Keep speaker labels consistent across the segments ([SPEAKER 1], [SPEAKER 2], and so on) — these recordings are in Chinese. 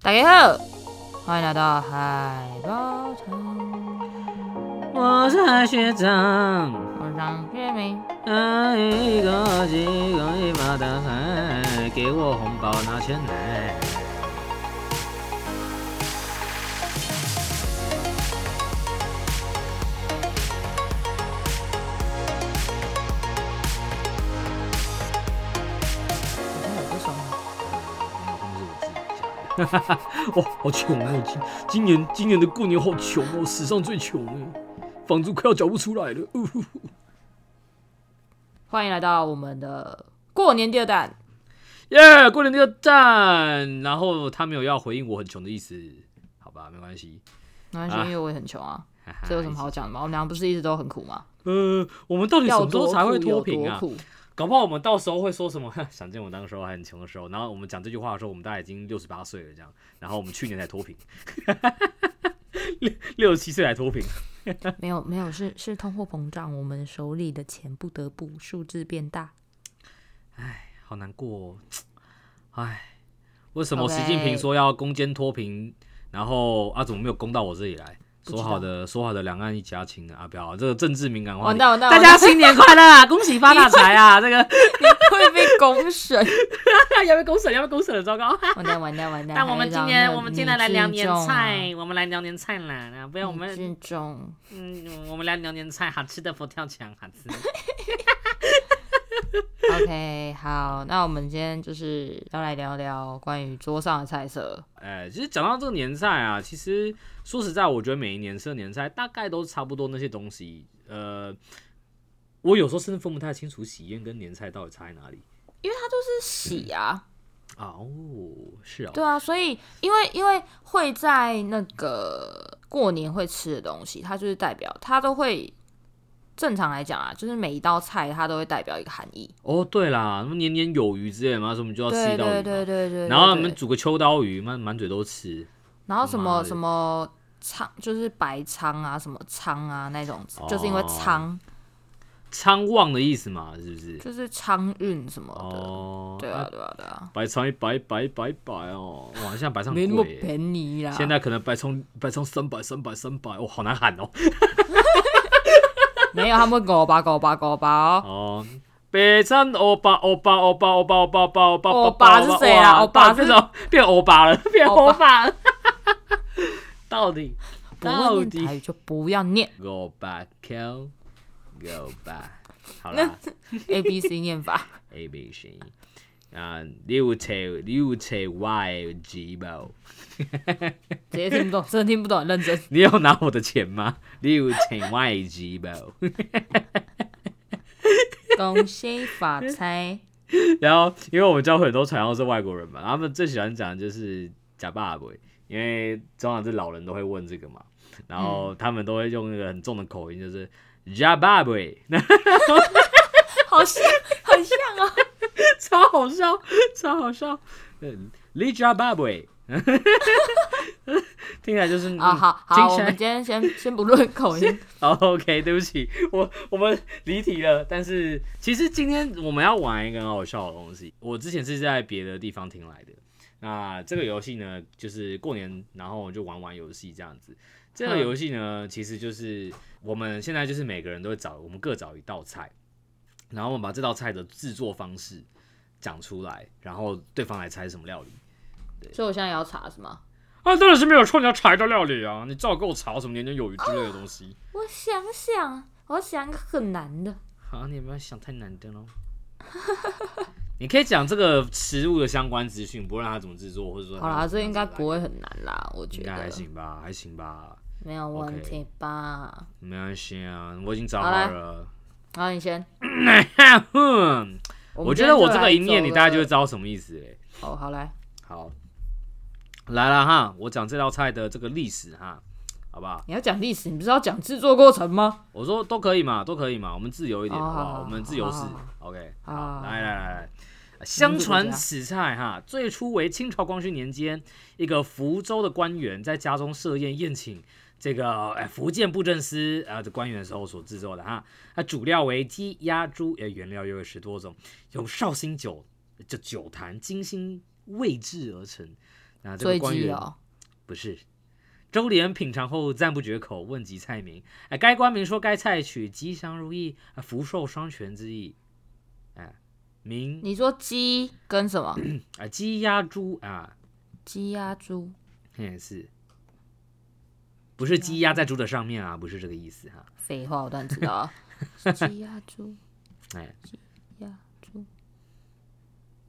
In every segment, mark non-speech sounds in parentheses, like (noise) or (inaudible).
[SPEAKER 1] 大家好，欢迎来到海报城，
[SPEAKER 2] 我是海学长，
[SPEAKER 1] 我是张月明。
[SPEAKER 2] 爱一个几个一把的海，给我红包拿钱来。
[SPEAKER 1] 我现在有不爽吗？
[SPEAKER 2] 哇，好穷哦！今今年今年的过年好穷哦，史上最穷了，房租快要缴不出来了。嗯呜呼呼
[SPEAKER 1] 欢迎来到我们的过年第二弹。
[SPEAKER 2] 耶、过年第二站，然后他没有要回应我很穷的意思，好吧，没关系。
[SPEAKER 1] 没关系，
[SPEAKER 2] 啊
[SPEAKER 1] 因为我也很穷
[SPEAKER 2] (laughs)
[SPEAKER 1] 啊，
[SPEAKER 2] 哈哈
[SPEAKER 1] 这有什么？好讲的吗？我们俩不是一直都很苦
[SPEAKER 2] (laughs)
[SPEAKER 1] 吗？
[SPEAKER 2] 呃，我们到底什
[SPEAKER 1] 要
[SPEAKER 2] 么时
[SPEAKER 1] 多
[SPEAKER 2] 候才会
[SPEAKER 1] 苦有
[SPEAKER 2] 脱贫啊？
[SPEAKER 1] 多苦？
[SPEAKER 2] 搞不好我们到时候会说什么？ (laughs) 想见我当时候还很穷的时候，然后我们讲这句话的时候，我们大概已经六十八岁了，这样，然后我们去年才脱贫， (laughs) 六六十七岁才脱贫，
[SPEAKER 1] 没有没有，是是通货膨胀，我们手里的钱不得不数字变大。
[SPEAKER 2] 好难过、哦。唉，为什么习近平说要攻坚脱贫，然后啊，怎么没有攻到我这里来？
[SPEAKER 1] 不知道
[SPEAKER 2] 说好的，说好的两岸一家亲啊，不要这个政治敏感话
[SPEAKER 1] 完
[SPEAKER 2] 题。
[SPEAKER 1] 蛋完蛋，
[SPEAKER 2] 大
[SPEAKER 1] 完
[SPEAKER 2] 家
[SPEAKER 1] 蛋
[SPEAKER 2] 新年快乐啊！恭喜发大财啊！这个
[SPEAKER 1] (laughs) 会被公 (laughs) 审。
[SPEAKER 2] (laughs) 要被公审，要被公审了，糟糕！
[SPEAKER 1] 完蛋完蛋完蛋！
[SPEAKER 2] 但我们今年我们
[SPEAKER 1] 今
[SPEAKER 2] 今年
[SPEAKER 1] 年
[SPEAKER 2] 来聊年
[SPEAKER 1] 啊
[SPEAKER 2] 菜，，我们来聊年菜啦，啊不要我们
[SPEAKER 1] 之中
[SPEAKER 2] 嗯，我们来聊年菜，好吃的佛跳墙，好吃。
[SPEAKER 1] OK，好，那我们今天就是要来聊聊关于桌上的菜色。
[SPEAKER 2] 哎，其实讲到这个年菜啊，其实说实在，我觉得每一年吃的年菜大概都差不多那些东西。呃，我有时候甚至分不太清楚喜宴跟年菜到底差在哪里。
[SPEAKER 1] 是喜啊，
[SPEAKER 2] 啊哦，是哦，
[SPEAKER 1] 对啊，所以因为因为会在那个过年会吃的东西，它就是代表它都会正常来讲啊，就是每一道菜它都会代表一个含义。
[SPEAKER 2] 哦对啦，什么年年有余之类的嘛，所以我们就要吃
[SPEAKER 1] 对
[SPEAKER 2] 哦一道鱼嘛。
[SPEAKER 1] 对对对对。
[SPEAKER 2] 然后我
[SPEAKER 1] 对
[SPEAKER 2] 们煮个秋刀鱼，满满嘴都吃。
[SPEAKER 1] 然后什
[SPEAKER 2] 妈
[SPEAKER 1] 么
[SPEAKER 2] 的
[SPEAKER 1] 什么苍，就是白苍啊，什么苍啊那种，就是因为
[SPEAKER 2] 哦
[SPEAKER 1] 苍，
[SPEAKER 2] 昌旺的意思嘛，是不是？
[SPEAKER 1] 就是苍运什么的。
[SPEAKER 2] 哦，
[SPEAKER 1] 对啊，，对啊，对啊，
[SPEAKER 2] 白上一白白白白哦，哇，现在白上
[SPEAKER 1] 没
[SPEAKER 2] 很
[SPEAKER 1] 那么
[SPEAKER 2] 贵耶。
[SPEAKER 1] 便宜啦。
[SPEAKER 2] 现在可能白充白充三百三百三百，哦，好难喊哦。
[SPEAKER 1] 没有，他们狗吧狗吧狗吧哦，
[SPEAKER 2] 哦，北山欧巴欧巴欧巴欧巴欧巴欧巴欧巴
[SPEAKER 1] 欧巴是谁啊
[SPEAKER 2] 哇
[SPEAKER 1] 欧巴是
[SPEAKER 2] 变成变欧巴了，变
[SPEAKER 1] 欧巴
[SPEAKER 2] 欧巴了。到底
[SPEAKER 1] 不会
[SPEAKER 2] 到
[SPEAKER 1] 念台
[SPEAKER 2] 底
[SPEAKER 1] 语就不要 (laughs) 念
[SPEAKER 2] 欧巴 Q 欧巴，好啦
[SPEAKER 1] A B C 念法。
[SPEAKER 2] ，A B C 啊，六七六七 Y G 吧。
[SPEAKER 1] 直接听不懂，真的听不懂，认真。
[SPEAKER 2] 你有拿我的钱吗？六七 Y G 吧。
[SPEAKER 1] 恭喜发财！
[SPEAKER 2] 然后，因为我们教会很多传教是外国人嘛，他们最喜欢讲的就是假爸爸，因为通常是老人都会问这个嘛，然
[SPEAKER 1] 嗯
[SPEAKER 2] 后他们都会用那个很重的口音，就是假爸爸，那 (laughs)
[SPEAKER 1] 好像，很像哦。
[SPEAKER 2] 超好笑，超好笑，嗯，你假爸爸， (laughs) 听起来就是嗯
[SPEAKER 1] 啊，好
[SPEAKER 2] 听
[SPEAKER 1] 好，我
[SPEAKER 2] 起来
[SPEAKER 1] 们今天先先不论口音。
[SPEAKER 2] 好，OK，对不 (laughs) 起，我我们离题了。但是其实今天我们要玩一个很好笑的东西，我之前是在别的地方听来的。那这个游戏呢，就是过年然后我就玩玩游戏这样子。这个
[SPEAKER 1] 嗯
[SPEAKER 2] 游戏呢，其实就是我们现在就是每个人都会找，我们各找一道菜，然后我们把这道菜的制作方式讲出来，然后对方来猜是什么料理。
[SPEAKER 1] (laughs) 所以我现在也要查是吗？
[SPEAKER 2] 啊，当然是没有错，你要查一道料理啊，你照给我查什么年年有余之类的东西。
[SPEAKER 1] 我想想，我想一个很难的。
[SPEAKER 2] 好，你不要想太难的喽。 (laughs) 你可以讲这个食物的相关资讯，不论它怎么制作，或者说
[SPEAKER 1] 好
[SPEAKER 2] 它
[SPEAKER 1] 啦，
[SPEAKER 2] 怎么
[SPEAKER 1] 这
[SPEAKER 2] 样
[SPEAKER 1] 应该
[SPEAKER 2] 子来
[SPEAKER 1] 不会很难啦，我觉
[SPEAKER 2] 应该还
[SPEAKER 1] 得
[SPEAKER 2] 行吧，还行吧，
[SPEAKER 1] 没有问题吧？
[SPEAKER 2] 没关系啊，我已经找
[SPEAKER 1] 好
[SPEAKER 2] 好
[SPEAKER 1] 啦
[SPEAKER 2] 了。
[SPEAKER 1] 好，你先。
[SPEAKER 2] 哼， (laughs) 我觉得我这个一念，你大概就会知道什么意思嘞。
[SPEAKER 1] 哦，好来，
[SPEAKER 2] 好，来了哈，我讲这道菜的这个历史哈，好不好？
[SPEAKER 1] 你要讲历史，你不是要讲制作过程吗？
[SPEAKER 2] 我说都可以嘛，都可以嘛，我们自由一点，
[SPEAKER 1] 哦
[SPEAKER 2] 好不
[SPEAKER 1] 好
[SPEAKER 2] 好？我们自由式
[SPEAKER 1] 好好
[SPEAKER 2] ，OK。
[SPEAKER 1] 啊，
[SPEAKER 2] 来来来来，相传此菜哈，最初为清朝光绪年间，一个福州的官员在家中设宴宴请这个哎福建布政司啊的官员的时候所制作的哈。它主料为鸡、鸭、猪，呃，原料又有十多种，用绍兴酒这酒坛精心煨制而成。那这个
[SPEAKER 1] 追
[SPEAKER 2] 官
[SPEAKER 1] 击
[SPEAKER 2] 员
[SPEAKER 1] 哦，
[SPEAKER 2] 不是。周濂品尝后赞不绝口，问及菜名。哎，该官名说该菜取吉祥如意、啊福寿双全之意。哎，名
[SPEAKER 1] 你说鸡跟什么？ (clears throat)
[SPEAKER 2] 啊鸡鸭猪啊，
[SPEAKER 1] 鸡鸭猪
[SPEAKER 2] 也是，不是鸡鸭在猪的上面啊，不是这个意思哈、
[SPEAKER 1] 废话，我当然知道
[SPEAKER 2] (laughs)
[SPEAKER 1] 啊。是鸡鸭猪
[SPEAKER 2] 哎
[SPEAKER 1] 鸭猪，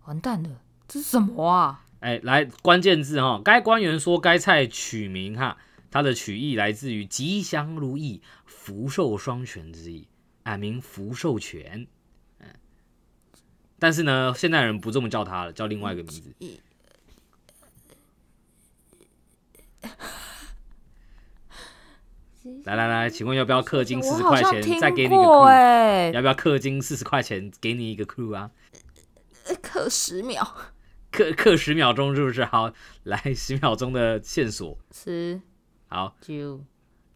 [SPEAKER 1] 完蛋了，这是什么啊？
[SPEAKER 2] 哎，来关键字哈、该官员说该菜取名哈，它的取意来自于吉祥如意、福寿双全之意，啊，名福寿全。嗯，但是呢，现代人不这么叫它了，叫另外一个名
[SPEAKER 1] (laughs)
[SPEAKER 2] 字。来来来，请问要不要氪金四
[SPEAKER 1] 我
[SPEAKER 2] 十
[SPEAKER 1] 好
[SPEAKER 2] 块
[SPEAKER 1] 像
[SPEAKER 2] 钱
[SPEAKER 1] 听
[SPEAKER 2] 再给你一个
[SPEAKER 1] 过
[SPEAKER 2] clue？
[SPEAKER 1] 哎、
[SPEAKER 2] 要不要氪金四十块钱给你一个 clue 啊？
[SPEAKER 1] 刻十秒，
[SPEAKER 2] 刻 (laughs) 刻十秒钟是不是？好，来十秒钟的线索。
[SPEAKER 1] 十
[SPEAKER 2] 好，
[SPEAKER 1] 九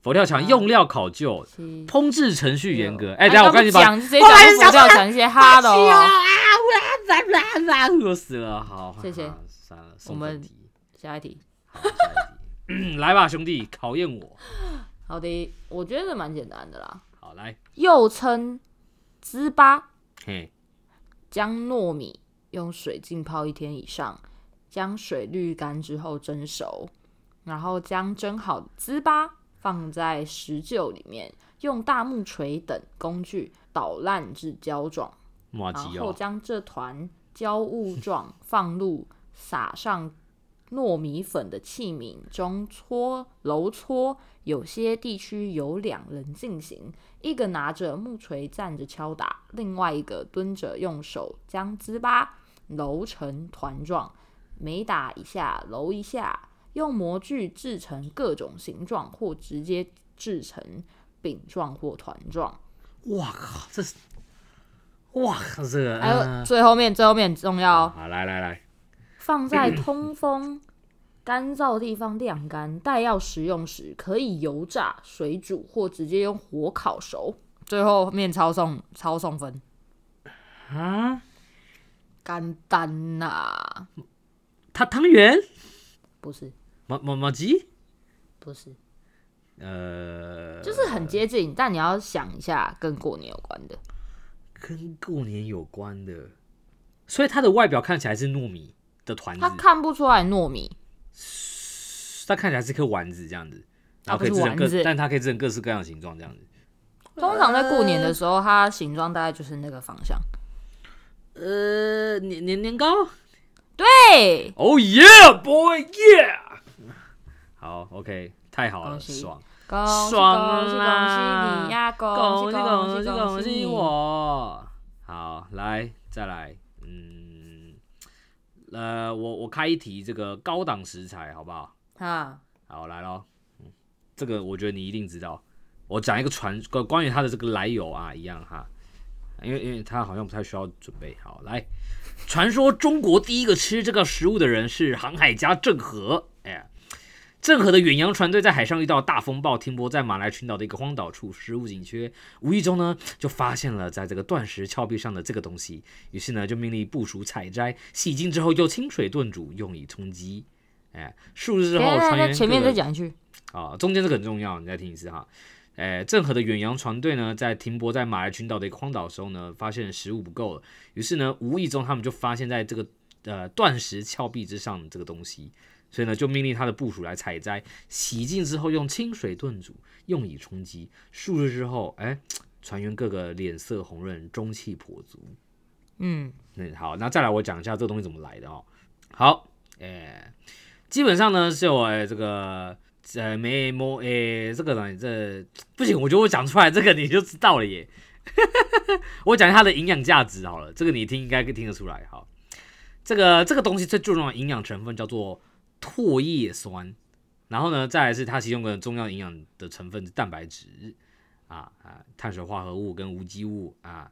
[SPEAKER 2] 佛跳墙用料考究，
[SPEAKER 1] 七。
[SPEAKER 2] 烹制程序严格。哎，
[SPEAKER 1] 哎
[SPEAKER 2] 等一下我赶紧把
[SPEAKER 1] 讲直接讲出佛跳墙一些哈
[SPEAKER 2] (laughs)
[SPEAKER 1] 的
[SPEAKER 2] 啊
[SPEAKER 1] 哦。
[SPEAKER 2] 啊啊啊！饿死了，好，
[SPEAKER 1] 谢谢
[SPEAKER 2] 好算了，
[SPEAKER 1] 我们
[SPEAKER 2] 送分题
[SPEAKER 1] 下一题，
[SPEAKER 2] 好下一题嗯 (clears throat) 来吧，兄弟，考验我。
[SPEAKER 1] 好的，我觉得蛮简单的啦。
[SPEAKER 2] 好，来，
[SPEAKER 1] 又称糍粑，
[SPEAKER 2] 嘿，
[SPEAKER 1] 将糯米用水浸泡一天以上，将水滤干之后蒸熟，然后将蒸好的糍粑放在石臼里面，用大木锤等工具捣烂至胶状，
[SPEAKER 2] 莫
[SPEAKER 1] 然
[SPEAKER 2] 吉
[SPEAKER 1] 后
[SPEAKER 2] 哦，
[SPEAKER 1] 将这团胶雾状放入撒上糯米粉的器皿中搓揉搓。有些地区有两人进行，一个拿着木锤站着敲打，另外一个蹲着用手将糍粑揉成团状，每打一下揉一下，用模具制成各种形状，或直接制成饼状或团状。
[SPEAKER 2] 哇靠，这是，哇靠，这个，
[SPEAKER 1] 还有
[SPEAKER 2] 嗯
[SPEAKER 1] 最后面，最后面很重要哦。
[SPEAKER 2] 好，来来来，
[SPEAKER 1] 放在通风、干燥地方晾干。待要食用时，可以油炸、水煮或直接用火烤熟。最后面抄送抄送分，
[SPEAKER 2] 啊，
[SPEAKER 1] 干单呐、
[SPEAKER 2] 他汤圆，
[SPEAKER 1] 不是
[SPEAKER 2] 莫莫莫吉，
[SPEAKER 1] 不是，
[SPEAKER 2] 呃，
[SPEAKER 1] 就是很接近，但你要想一下跟过年有关的。
[SPEAKER 2] 跟过年有关的，所以它的外表看起来是糯米的团子
[SPEAKER 1] 它，看不出来糯米，
[SPEAKER 2] 它看起来是颗丸子这样子，然后可以
[SPEAKER 1] 它不是
[SPEAKER 2] 制成各
[SPEAKER 1] 丸，子
[SPEAKER 2] 但它可以制成各式各样的形状这样子。
[SPEAKER 1] 通常在过年的时候，它形状大概就是那个方向。
[SPEAKER 2] 呃，年年年糕
[SPEAKER 1] 对，
[SPEAKER 2] ，Oh yeah boy yeah，好，OK，太好了，
[SPEAKER 1] 恭喜
[SPEAKER 2] 爽，
[SPEAKER 1] 恭喜
[SPEAKER 2] 爽
[SPEAKER 1] 恭喜恭
[SPEAKER 2] 啦
[SPEAKER 1] 喜你呀！
[SPEAKER 2] 恭
[SPEAKER 1] 恭
[SPEAKER 2] 喜
[SPEAKER 1] 喜
[SPEAKER 2] 恭
[SPEAKER 1] 恭
[SPEAKER 2] 喜
[SPEAKER 1] 喜
[SPEAKER 2] 恭
[SPEAKER 1] 喜
[SPEAKER 2] 喜
[SPEAKER 1] 你！
[SPEAKER 2] 我，好，来再来，嗯，呃，我我开一题这个高档食材好不好？
[SPEAKER 1] 啊，
[SPEAKER 2] 好，来喽，嗯，这个我觉得你一定知道。我讲一个传关关于它的这个来由啊，一样哈，因为因为它好像不太需要准备。好，来，传说中国第一个吃这个食物的人是航海家郑和。哎呀，郑和的远洋船队在海上遇到大风暴，停泊在马来群岛的一个荒岛处，食物紧缺，无意中呢就发现了在这个断石峭壁上的这个东西，于是呢就命令部署采摘，洗净之后又清水炖煮，用以充饥。哎，数日之
[SPEAKER 1] 等
[SPEAKER 2] 后，
[SPEAKER 1] 一下等
[SPEAKER 2] 船
[SPEAKER 1] 一
[SPEAKER 2] 员
[SPEAKER 1] 下前面
[SPEAKER 2] 各
[SPEAKER 1] 再讲一句。
[SPEAKER 2] 啊，中间这个很重要，你再听一次哈。诶，郑和的远洋船队呢，在停泊在马来群岛的一个荒岛的时候呢，发现食物不够了，于是呢，无意中他们就发现在这个呃断石峭壁之上的这个东西，所以呢，就命令他的部属来采摘，洗净之后用清水炖煮，用以充饥。数日之后，哎，船员各个脸色红润，中气颇足。
[SPEAKER 1] 嗯，
[SPEAKER 2] 嗯，好，那再来我讲一下这个东西怎么来的哦。好，诶，基本上呢是有诶这个呃没摸诶这个呢这不行，我觉得我讲出来这个你就知道了耶。 (laughs) 我讲一下它的营养价值好了，这个你听应该听得出来。好，这个这个东西最重要的营养成分叫做唾液酸，然后呢再来是它其中一个重要的营养的成分是蛋白质啊啊碳水化合物跟无机物啊。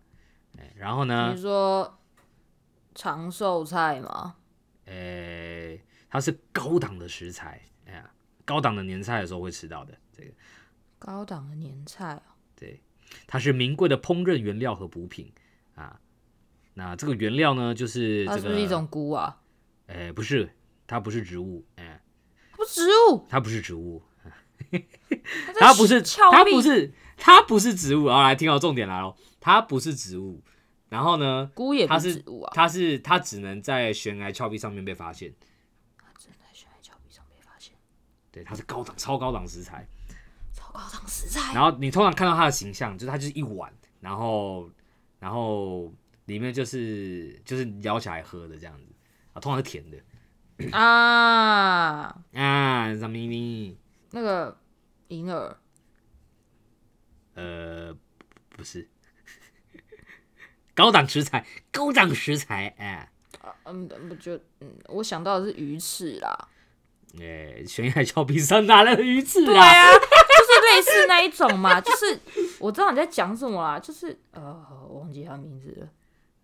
[SPEAKER 2] 诶然后呢？
[SPEAKER 1] 你是说长寿菜吗？
[SPEAKER 2] 诶、呃它是高档的食材，哎呀，高档的年菜的时候会吃到的。这个
[SPEAKER 1] 高档的年菜哦、
[SPEAKER 2] 对，它是名贵的烹饪原料和补品啊。那这个原料呢，就是
[SPEAKER 1] 它
[SPEAKER 2] 这
[SPEAKER 1] 是不是
[SPEAKER 2] 个呃
[SPEAKER 1] 一种菇啊？
[SPEAKER 2] 诶、不是，它不是植物，诶、哎
[SPEAKER 1] 不植物，
[SPEAKER 2] 它不是植物，
[SPEAKER 1] 它在
[SPEAKER 2] 它不是，
[SPEAKER 1] 巧
[SPEAKER 2] 它
[SPEAKER 1] 力
[SPEAKER 2] 不是，它不是植物。好，来听好，重点来喽，它不是植物。然后呢，
[SPEAKER 1] 菇也不
[SPEAKER 2] 它
[SPEAKER 1] 是
[SPEAKER 2] 是
[SPEAKER 1] 植物啊，
[SPEAKER 2] 它是它只能在悬崖峭壁上面被发现。
[SPEAKER 1] 它真的悬崖峭壁上被发现，
[SPEAKER 2] 对，它是高档超高档食材。
[SPEAKER 1] 超高档食材，
[SPEAKER 2] 然后你通常看到它的形象，就是它就是一碗，然后然后里面就是就是舀起来喝的这样子啊，通常是甜的
[SPEAKER 1] 啊，
[SPEAKER 2] 啊，什么咪咪
[SPEAKER 1] 那个银耳
[SPEAKER 2] 呃不是 (laughs) 高档食材，高档食材哎
[SPEAKER 1] 啊，嗯，我就嗯，我想到的是鱼翅啦，
[SPEAKER 2] 哎，悬崖峭壁上哪来的鱼翅
[SPEAKER 1] 对
[SPEAKER 2] 啊？
[SPEAKER 1] 啊，就是类似那一种嘛，就是我知道你在讲什么啦，就是呃，我忘记他名字了，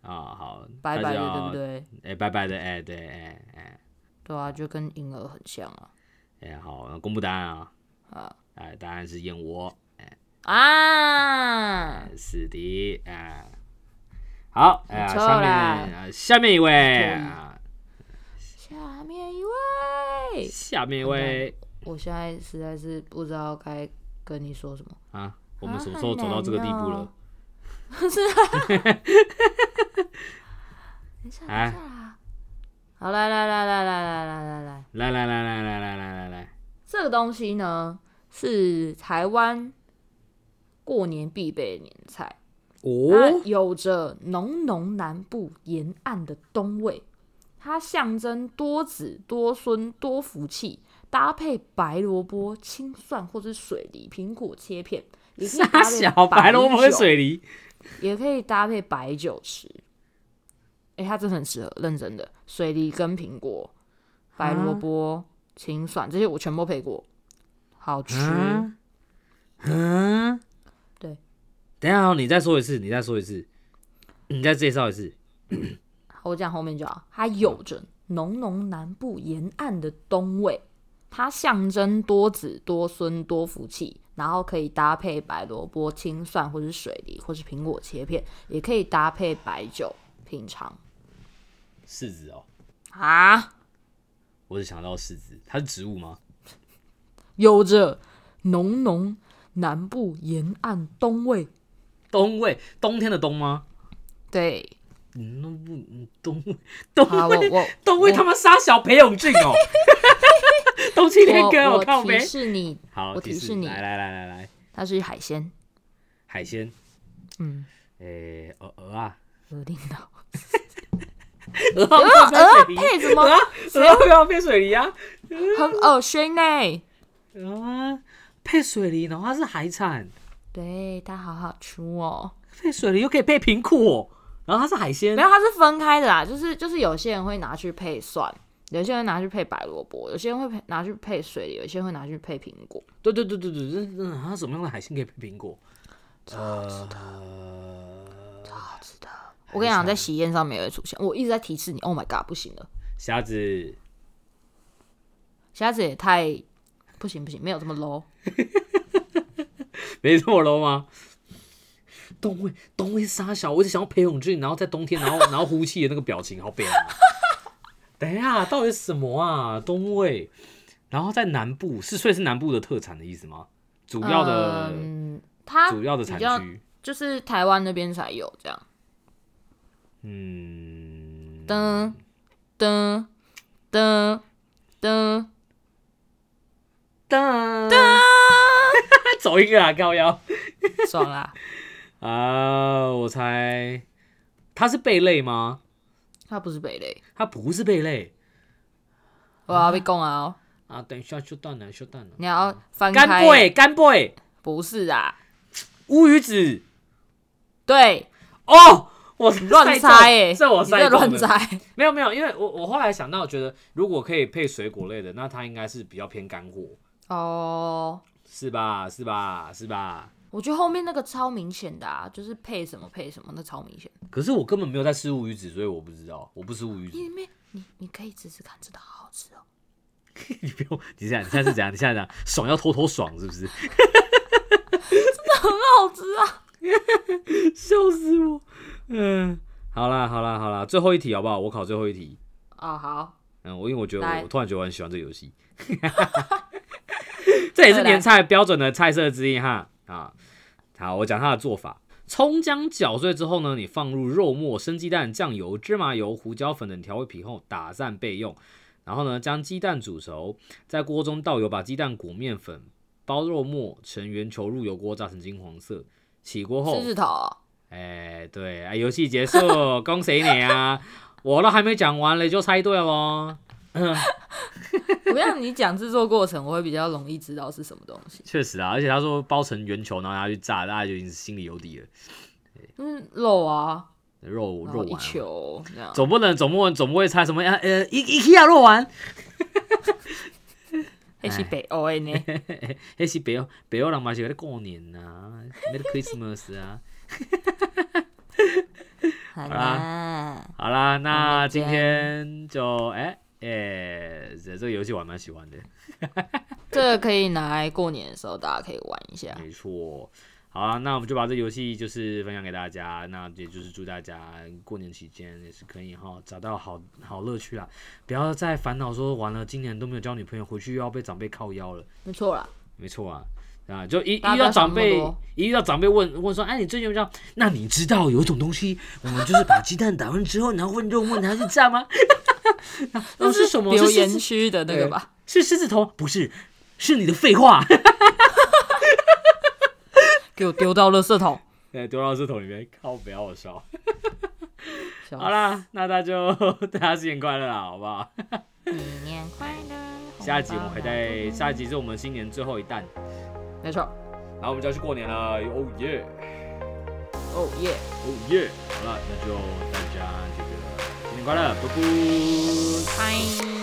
[SPEAKER 2] 啊、好，
[SPEAKER 1] 白白的，对不
[SPEAKER 2] 对？
[SPEAKER 1] 对？
[SPEAKER 2] 哎、白白的，哎、对，哎、哎
[SPEAKER 1] 对啊，就跟银耳很像啊，
[SPEAKER 2] 哎、好，公布答案啊、
[SPEAKER 1] 啊
[SPEAKER 2] 哎，答案是燕窝。
[SPEAKER 1] 啊，
[SPEAKER 2] 是的，啊，好，哎、呀，
[SPEAKER 1] 不错
[SPEAKER 2] 下
[SPEAKER 1] 啦
[SPEAKER 2] 面、呃下面一位
[SPEAKER 1] 可以
[SPEAKER 2] 啊，
[SPEAKER 1] 下面一位，
[SPEAKER 2] 下面一位
[SPEAKER 1] 我现在实在是不知道该跟你说什么。
[SPEAKER 2] 啊，我们什么时候走到这个地步
[SPEAKER 1] 啊
[SPEAKER 2] 了？
[SPEAKER 1] 等一下，等
[SPEAKER 2] 哎
[SPEAKER 1] 一下啦。好，来来来来来来来来来，
[SPEAKER 2] 来来来来来来来来来，
[SPEAKER 1] 这个东西呢是台湾过年必备的年菜，它
[SPEAKER 2] 哦，
[SPEAKER 1] 有着浓浓南部沿岸的冬味，它象征多子多孙多福气，搭配白萝卜、青蒜或是水梨、苹果切片，也可以
[SPEAKER 2] 大
[SPEAKER 1] 搭配
[SPEAKER 2] 小白萝卜跟
[SPEAKER 1] 酒
[SPEAKER 2] 水梨，
[SPEAKER 1] 也可以搭配白酒吃。哎、它真的很适合，认真的，水梨跟苹果、白萝卜、青蒜这些我全部配过，好吃。
[SPEAKER 2] 嗯嗯，
[SPEAKER 1] 对，
[SPEAKER 2] 等一下、哦，你再说一次，你再说一次，你再介绍一次，
[SPEAKER 1] 我讲后面就好。它有着浓浓南部沿岸的冬味，它象征多子多孙多福气，然后可以搭配白萝卜、青蒜或是水梨或是苹果切片，也可以搭配白酒品尝
[SPEAKER 2] 柿子哦，
[SPEAKER 1] 啊。
[SPEAKER 2] 我只想到柿子，它是植物吗？
[SPEAKER 1] 有着浓浓南部沿岸冬味。
[SPEAKER 2] 冬味，冬天的冬吗？
[SPEAKER 1] 对，
[SPEAKER 2] 嗯，那不嗯冬味，冬
[SPEAKER 1] 啊 (laughs) 好，我
[SPEAKER 2] 味，
[SPEAKER 1] 我
[SPEAKER 2] 都为他妈杀小裴勇俊
[SPEAKER 1] (laughs)
[SPEAKER 2] 哦，冬青天哥，
[SPEAKER 1] 我
[SPEAKER 2] 靠
[SPEAKER 1] 我
[SPEAKER 2] 没
[SPEAKER 1] 提。示你，
[SPEAKER 2] 好，
[SPEAKER 1] 我提示你
[SPEAKER 2] 来来来来来，
[SPEAKER 1] 它是海鲜。
[SPEAKER 2] 海鲜，
[SPEAKER 1] 嗯，
[SPEAKER 2] 诶，鹅鹅啊，
[SPEAKER 1] 我听 (laughs) 到。
[SPEAKER 2] 鹅鹅
[SPEAKER 1] 鹅配什么？
[SPEAKER 2] 鹅鹅要配水梨啊，
[SPEAKER 1] 很恶心欸呢、
[SPEAKER 2] 鹅啊配水梨，然后它是海产，
[SPEAKER 1] 对，它好好吃哦。
[SPEAKER 2] 配水梨又可以配苹果，然后它是海鲜
[SPEAKER 1] 没，有，它是分开的啦，就是就是有些人会拿去配蒜。有些人拿去配白萝卜，有些人会配拿去配水梨，有些人会拿去配苹果。
[SPEAKER 2] 对对对对对，嗯嗯，它什么样的海鲜可以配苹果？呃，
[SPEAKER 1] 好吃的，我跟你讲，在喜宴上面也会出现。我一直在提示你，Oh my god，不行了。
[SPEAKER 2] 虾子，
[SPEAKER 1] 虾子也太不行不行，没有这么 low。
[SPEAKER 2] 没这么 low 吗？冬威冬威沙小，我一直想要裴勇俊，然后在冬天，然后 (laughs) 然后呼气的那个表情，好悲哀啊。 (laughs) 等一下，到底是什么啊？冬威，然后在南部，是所以是南部的特产的意思吗？主要的、
[SPEAKER 1] 嗯，它
[SPEAKER 2] 主要的产
[SPEAKER 1] 比较
[SPEAKER 2] 区，
[SPEAKER 1] 就是台湾那边才有这样。
[SPEAKER 2] 嗯，
[SPEAKER 1] 噔噔噔噔，
[SPEAKER 2] 噔噔， (laughs) 走一个啊，高腰
[SPEAKER 1] 爽 (laughs) 啦！
[SPEAKER 2] 啊、我猜它是贝类吗？
[SPEAKER 1] 它不是贝类，
[SPEAKER 2] 它不是贝类
[SPEAKER 1] 我要被供啊哦！
[SPEAKER 2] 啊！等一下，休蛋了，休蛋了。
[SPEAKER 1] 你要翻
[SPEAKER 2] 干
[SPEAKER 1] 开，
[SPEAKER 2] 贝，干贝。
[SPEAKER 1] 不是啊？
[SPEAKER 2] 乌鱼子
[SPEAKER 1] 对，
[SPEAKER 2] 哦，我
[SPEAKER 1] 乱猜哎、
[SPEAKER 2] 哎，这我
[SPEAKER 1] 你
[SPEAKER 2] 猜
[SPEAKER 1] 在
[SPEAKER 2] 中
[SPEAKER 1] 乱
[SPEAKER 2] 的，
[SPEAKER 1] 猜。
[SPEAKER 2] 没有没有，因为我我后来想到，觉得如果可以配水果类的，那它应该是比较偏干货，
[SPEAKER 1] 哦，
[SPEAKER 2] 是吧？是吧？是吧？
[SPEAKER 1] 我觉得后面那个超明显的啊，就是配什么配什么，那超明显。
[SPEAKER 2] 可是我根本没有在吃乌鱼子，所以我不知道，我不吃乌鱼子
[SPEAKER 1] 你。没你你可以试试看，真的好好吃哦。 (laughs)
[SPEAKER 2] 你不用，你这样，你现在是怎样？你现在这样，爽要偷偷爽是不是？
[SPEAKER 1] 很好吃啊！
[SPEAKER 2] (laughs) 笑死我！嗯，好啦好啦好啦，最后一题好不好？我考最后一题。
[SPEAKER 1] 哦，好，
[SPEAKER 2] 嗯，我因为我觉得
[SPEAKER 1] 来
[SPEAKER 2] 我我突然觉得我很喜欢这个游戏， (laughs) 这也是年菜标准的菜色之一哈啊。好，我讲它的做法：葱姜搅碎之后呢，你放入肉末、生鸡蛋、酱油、芝麻油、胡椒粉等调味品后打散备用。然后呢，将鸡蛋煮熟，在锅中倒油，把鸡蛋裹面粉，包肉末，成圆球入油锅炸成金黄色。起锅后
[SPEAKER 1] 狮子头哦，
[SPEAKER 2] 哎、对，哎，游戏结束， (laughs) 恭喜你啊！我都还没讲完你就猜对了哦。
[SPEAKER 1] (laughs) 我让你讲制作过程，我会比较容易知道是什么东
[SPEAKER 2] (laughs)
[SPEAKER 1] 西。
[SPEAKER 2] 确实啊，而且他说包成圆球，然后拿去炸，大家就已经心里有底了。
[SPEAKER 1] 嗯，肉啊，
[SPEAKER 2] 肉
[SPEAKER 1] 然
[SPEAKER 2] 肉
[SPEAKER 1] 后一
[SPEAKER 2] 丸，
[SPEAKER 1] 球这
[SPEAKER 2] (laughs)
[SPEAKER 1] 样。
[SPEAKER 2] 总不能总不能总不会猜什么呀？呃，一一 k 肉丸，
[SPEAKER 1] 那是北
[SPEAKER 2] 哦
[SPEAKER 1] 欧
[SPEAKER 2] 哎
[SPEAKER 1] 的呢，
[SPEAKER 2] 那是北欧北欧人嘛是在过年呐、啊、，Merry Christmas 啊。
[SPEAKER 1] 好
[SPEAKER 2] 啦
[SPEAKER 1] 啦，
[SPEAKER 2] (laughs) 好啦，那
[SPEAKER 1] 明
[SPEAKER 2] 今
[SPEAKER 1] 天
[SPEAKER 2] 天就哎哎，这这个游戏我还蛮喜欢的。
[SPEAKER 1] (laughs) 这个可以拿来过年的时候大家可以玩一下。
[SPEAKER 2] 没错。好啊，那我们就把这游戏就是分享给大家，那也就是祝大家过年期间也是可以哈找到好好乐趣啦，不要再烦恼说完了今年都没有交女朋友，回去又要被长辈靠腰了。
[SPEAKER 1] 没错啦，
[SPEAKER 2] 没错啊，啊，就一一
[SPEAKER 1] 大家
[SPEAKER 2] 遇
[SPEAKER 1] 不要
[SPEAKER 2] 到长
[SPEAKER 1] 想那么
[SPEAKER 2] 辈
[SPEAKER 1] 多，
[SPEAKER 2] 一遇到长辈问问说，哎，你最近有没有交？那你知道有一种东西，我们就是把鸡蛋打完之后，然后问肉问它是炸 (laughs) 吗？那是什么？
[SPEAKER 1] 留
[SPEAKER 2] 是狮
[SPEAKER 1] 言
[SPEAKER 2] 子
[SPEAKER 1] 区的那个吧。
[SPEAKER 2] 是狮子头？不是，是你的废话。
[SPEAKER 1] 给我丢到垃圾
[SPEAKER 2] (laughs)
[SPEAKER 1] 桶。
[SPEAKER 2] (laughs) 对，丢到狮头里面，靠，不要我烧。
[SPEAKER 1] 笑
[SPEAKER 2] 好啦，那大家就 (laughs) 大家新年快乐啦，好不好？
[SPEAKER 1] 死，新年快乐！啊
[SPEAKER 2] 下一集我们还在，下一集是我们新年最后一弹，
[SPEAKER 1] 没错，
[SPEAKER 2] 然后我们就要去过年了，哦耶，
[SPEAKER 1] 哦耶，
[SPEAKER 2] 哦耶！好了，那就大家这个新年快乐，啵啵。
[SPEAKER 1] 拜。